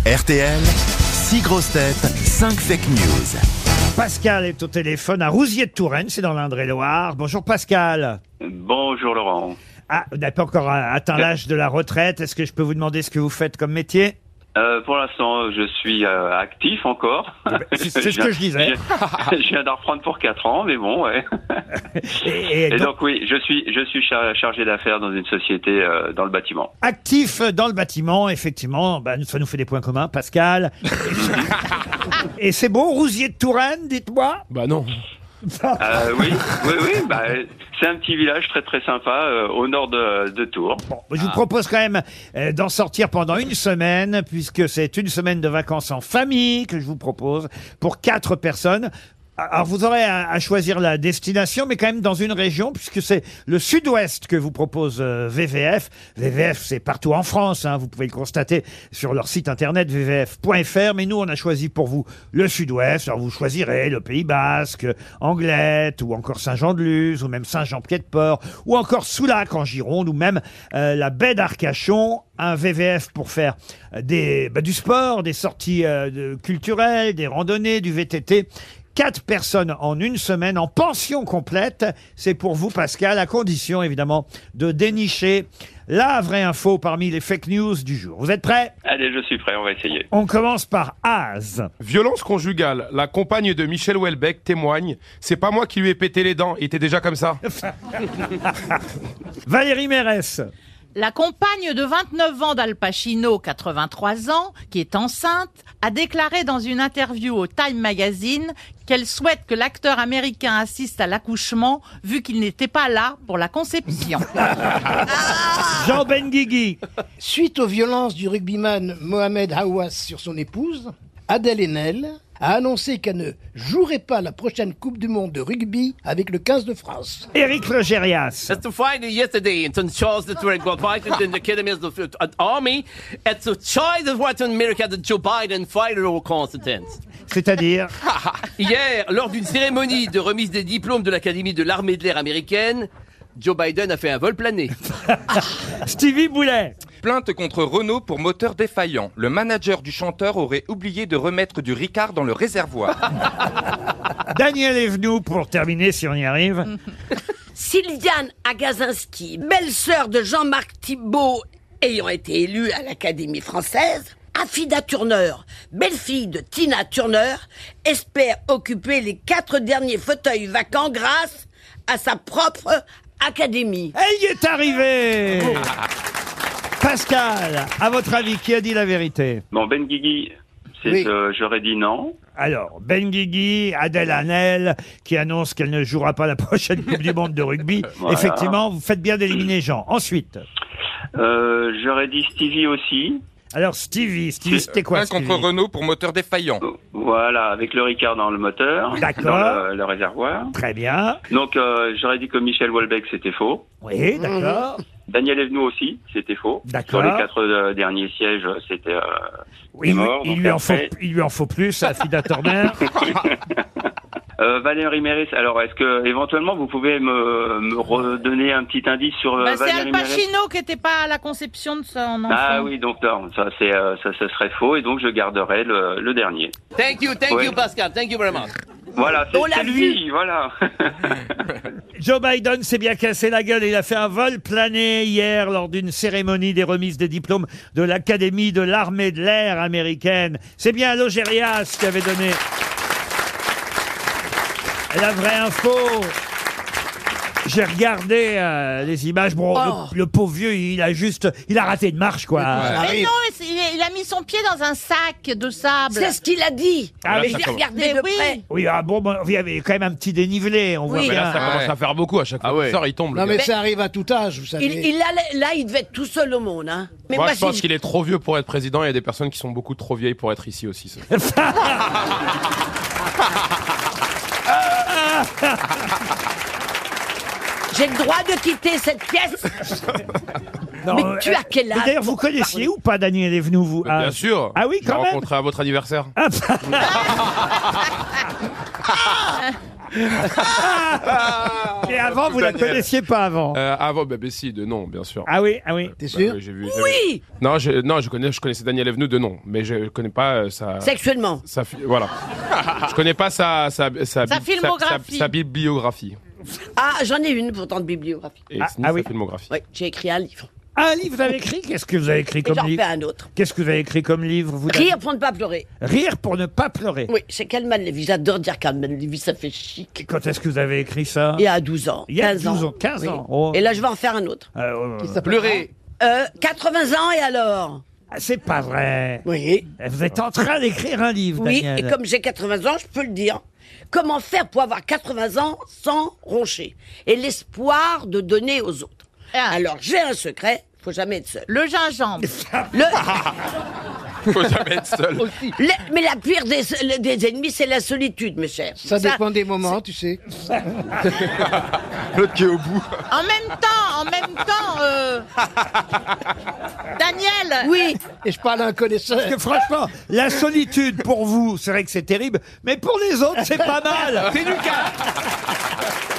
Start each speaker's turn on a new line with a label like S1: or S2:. S1: RTL, 6 grosses têtes, 5 fake news.
S2: Pascal est au téléphone à Rousier-de-Touraine, c'est dans l'Indre-et-Loire. Bonjour Pascal.
S3: Bonjour Laurent.
S2: Ah, vous n'avez pas encore euh, atteint l'âge de la retraite. Est-ce que je peux vous demander ce que vous faites comme métier
S3: Euh, pour l'instant, je suis euh, actif encore.
S2: C'est c'est ce que je disais.
S3: je viens d'en reprendre pour 4 ans, mais bon, ouais.
S2: Et, et
S3: Et
S2: donc,
S3: donc oui, je suis, je suis char- chargé d'affaires dans une société euh, dans le bâtiment.
S2: actif dans le bâtiment, effectivement, bah, ça nous fait des points communs, Pascal. et c'est bon, Rousier-de-Touraine, dites-moi
S4: Bah non.
S2: Ah.
S3: Euh, oui, oui, oui. Bah, c'est un petit village très très sympa euh, au nord de, de Tours.
S2: Bon, je vous propose quand même euh, d'en sortir pendant une semaine, puisque c'est une semaine de vacances en famille que je vous propose pour quatre personnes. Ah, Alors vous aurez à, à choisir la destination, mais quand même dans une région, puisque c'est le sud-ouest que vous propose euh, VVF. VVF, c'est partout en France, hein, vous pouvez le constater sur leur site internet vvf.fr, mais nous, on a choisi pour vous le sud-ouest. Alors vous choisirez le Pays Basque, Anglette, ou encore Saint-Jean-de-Luz, ou même Saint-Jean-Pied-de-Port, ou encore Soulac en Gironde, ou même euh, la baie d'Arcachon, un VVF pour faire euh, des, bah, du sport, des sorties euh, de- culturelles, des randonnées, du VTT. Quatre personnes en une semaine en pension complète, c'est pour vous Pascal, à condition évidemment de dénicher la vraie info parmi les fake news du jour. Vous êtes prêts
S3: Allez, je suis prêt, on va essayer.
S2: On commence par Az.
S4: Violence conjugale. La compagne de Michel Houellebecq témoigne. C'est pas moi qui lui ai pété les dents. Il était déjà comme ça.
S2: Valérie Mérès,
S5: La compagne de 29 ans d'Al Pacino, 83 ans, qui est enceinte, a déclaré dans une interview au Time Magazine qu'elle souhaite que l'acteur américain assiste à l'accouchement vu qu'il n'était pas là pour la conception.
S3: Euh,
S2: Jean Benguigui,
S6: Suite aux violences du rugbyman Mohamed Hawass sur son épouse, Adèle Haenel a annoncé qu'elle ne jouerait pas la prochaine Coupe du Monde de rugby avec le 15 de France.
S2: Éric Logérias,
S7: As to Friday yesterday, it shows that we're invited in the academy of the uh, army. It's a choice of what in America that Joe Biden fired all consultants.
S2: c'est-à-dire
S7: Hier, lors d'une cérémonie de remise des diplômes de l'académie de l'armée de l'air américaine, Joe Biden a fait un vol plané.
S2: Stevie Boulet,
S8: Plainte contre Renault pour moteur défaillant. Le manager du chanteur aurait oublié de remettre du Ricard dans le réservoir.
S2: Daniel Evenou pour terminer si on y arrive.
S9: Sylviane Agazinski, belle-sœur de Jean-Marc Thibault, ayant été élue à l'Académie française, Afida Turner, belle-fille de Tina Turner, espère occuper les quatre derniers fauteuils vacants grâce à sa propre
S5: Ah,
S9: Académie.
S2: Elle y est arrivée Pascal, à votre avis, qui a dit la vérité
S3: Bon, Ben Guigui, c'est
S6: Oui.
S3: euh, j'aurais dit non.
S2: alors, Ben Guigui, Adèle Hanel, qui annonce qu'elle ne jouera pas la prochaine Coupe du Monde de rugby.
S3: Voilà.
S2: Effectivement, vous faites bien d'éliminer Jean. Ensuite,
S3: Euh, j'aurais dit Stevie aussi.
S2: alors Stevie, Stevie, c'était quoi
S8: Plainte contre
S2: Stevie
S8: Renault pour moteur défaillant.
S3: Voilà, avec le Ricard dans le moteur,
S2: D'accord.
S3: dans le, le réservoir.
S2: Très bien.
S3: Donc euh, j'aurais dit que Michel Houellebecq, c'était faux.
S2: Oui, d'accord.
S3: Daniel Evenou aussi, c'était faux.
S2: D'accord.
S3: Sur les quatre euh, derniers sièges, c'était. euh,
S2: Oui, il,
S3: mort,
S2: il
S3: donc
S2: lui en faut,
S3: après-
S2: il lui en faut plus à Fida Turner.
S3: Euh, Valérie Mérès, alors est-ce que éventuellement vous pouvez me, me redonner un petit indice sur euh,
S5: Bah, c'est
S3: Valérie
S5: Al
S3: Mérès
S5: Pacino qui n'était pas à la conception de son enfant.
S3: Ah oui, donc non, ça, c'est, euh, ça, ça serait faux et donc je garderai le, le dernier.
S7: Thank you, thank
S3: Ouais.
S7: you, Pascal. Thank you very much.
S3: Voilà, c'est
S9: On l'a
S3: c'est lui, voilà.
S2: Joe Biden s'est bien cassé la gueule. Il a fait un vol plané hier lors d'une cérémonie des remises des diplômes de l'Académie de l'armée de l'air américaine. C'est bien Logérias qui avait donné la vraie info. J'ai regardé euh, les images. Bon,
S9: Oh.
S2: le, le pauvre vieux, il a juste, il a raté une marche, quoi. Ah,
S9: Ah
S5: Mais non, c'est- il est- il a mis son pied dans un sac de sable.
S9: C'est ce qu'il a dit.
S2: Ah
S9: Mais
S2: oui.
S9: je l'ai regardé
S5: Mais
S9: de
S5: oui.
S9: près.
S2: Oui, ah bon, bon, il y avait quand même un petit dénivelé, on voit
S9: Oui. Ah,
S2: bien.
S4: Ça commence à faire beaucoup à chaque fois.
S8: Ah ouais.
S4: qu'il sort, il tombe. le
S6: Non mais
S4: gars.
S6: ça arrive à tout âge, vous savez.
S9: Il, il allait- là, il devait être tout seul au monde. Hein. Mais
S4: Moi,
S9: moi,
S4: je pense
S9: si-
S4: qu'il est trop vieux pour être président. Il y a des personnes qui sont beaucoup trop vieilles pour être ici aussi. ça.
S9: j'ai le droit de quitter cette pièce.
S2: Non,
S9: Mais tu as quel
S2: et
S9: âge
S2: D'ailleurs, vous
S9: pour
S2: connaissiez
S9: parler
S2: ou pas Daniel Evenou, vous
S4: Bien
S2: ah,
S4: sûr.
S2: Ah oui,
S4: Je l'ai
S2: quand même.
S4: rencontré à votre anniversaire.
S2: Et avant, vous la
S4: Daniel.
S2: connaissiez pas avant.
S4: Euh, avant, bah, bah, si, de nom, bien sûr.
S2: Ah oui, ah oui.
S6: T'es
S4: Bah,
S6: sûr
S4: oui, j'ai vu, oui Non, je, non je, connais, je connaissais Daniel Evenou de nom, mais je connais pas euh, sa...
S9: Sexuellement.
S4: sa fi- voilà. je connais pas sa... Sa, bi-
S5: filmographie.
S4: Sa, bibliographie.
S9: Ah, j'en ai une pourtant de bibliographie.
S4: Et
S2: Ah,
S4: sinon,
S2: ah
S4: sa
S2: oui.
S4: filmographie.
S9: Oui, j'ai écrit un livre.
S2: Un livre, Ah, vous avez écrit Qu'est-ce que vous avez écrit
S9: Et
S2: comme
S9: j'en fais
S2: livre
S9: un autre.
S2: Qu'est-ce que vous avez écrit comme livre vous
S9: Rire pour ne pas pleurer.
S2: Rire pour ne pas pleurer.
S9: Oui, c'est Calman Lévy. J'adore dire Calman Lévy, ça fait chic.
S2: Quand est-ce que vous avez écrit ça
S9: Et à 12 ans.
S2: Il y a
S9: 15
S2: 12
S9: ans.
S2: ans, 15
S9: Oui.
S2: ans, oh.
S9: Et là, je vais en faire un autre.
S2: Euh, euh,
S7: Pleurer.
S9: Euh, 80 ans et alors
S2: ah, C'est pas vrai.
S9: Oui.
S2: Vous êtes en train d'écrire un livre,
S9: Oui,
S2: Daniel.
S9: et comme j'ai 80 ans, je peux le dire. Comment faire pour avoir 80 ans sans roncher Et l'espoir de donner aux autres.
S5: Ah.
S9: Alors, j'ai un secret, faut jamais être seul.
S5: Le gingembre.
S9: Le,
S4: Faut jamais être seul.
S9: le- mais la pire des, des ennemis, c'est la solitude, mes chers.
S6: Ça dépend des moments, tu sais.
S4: L'autre qui est au bout.
S5: En même temps, en même temps, euh, Daniel,
S9: Oui,
S6: Et je parle à un connaisseur.
S2: Parce que franchement, la solitude pour vous, c'est vrai que c'est terrible, mais pour les autres, c'est pas mal.
S4: C'est Lucas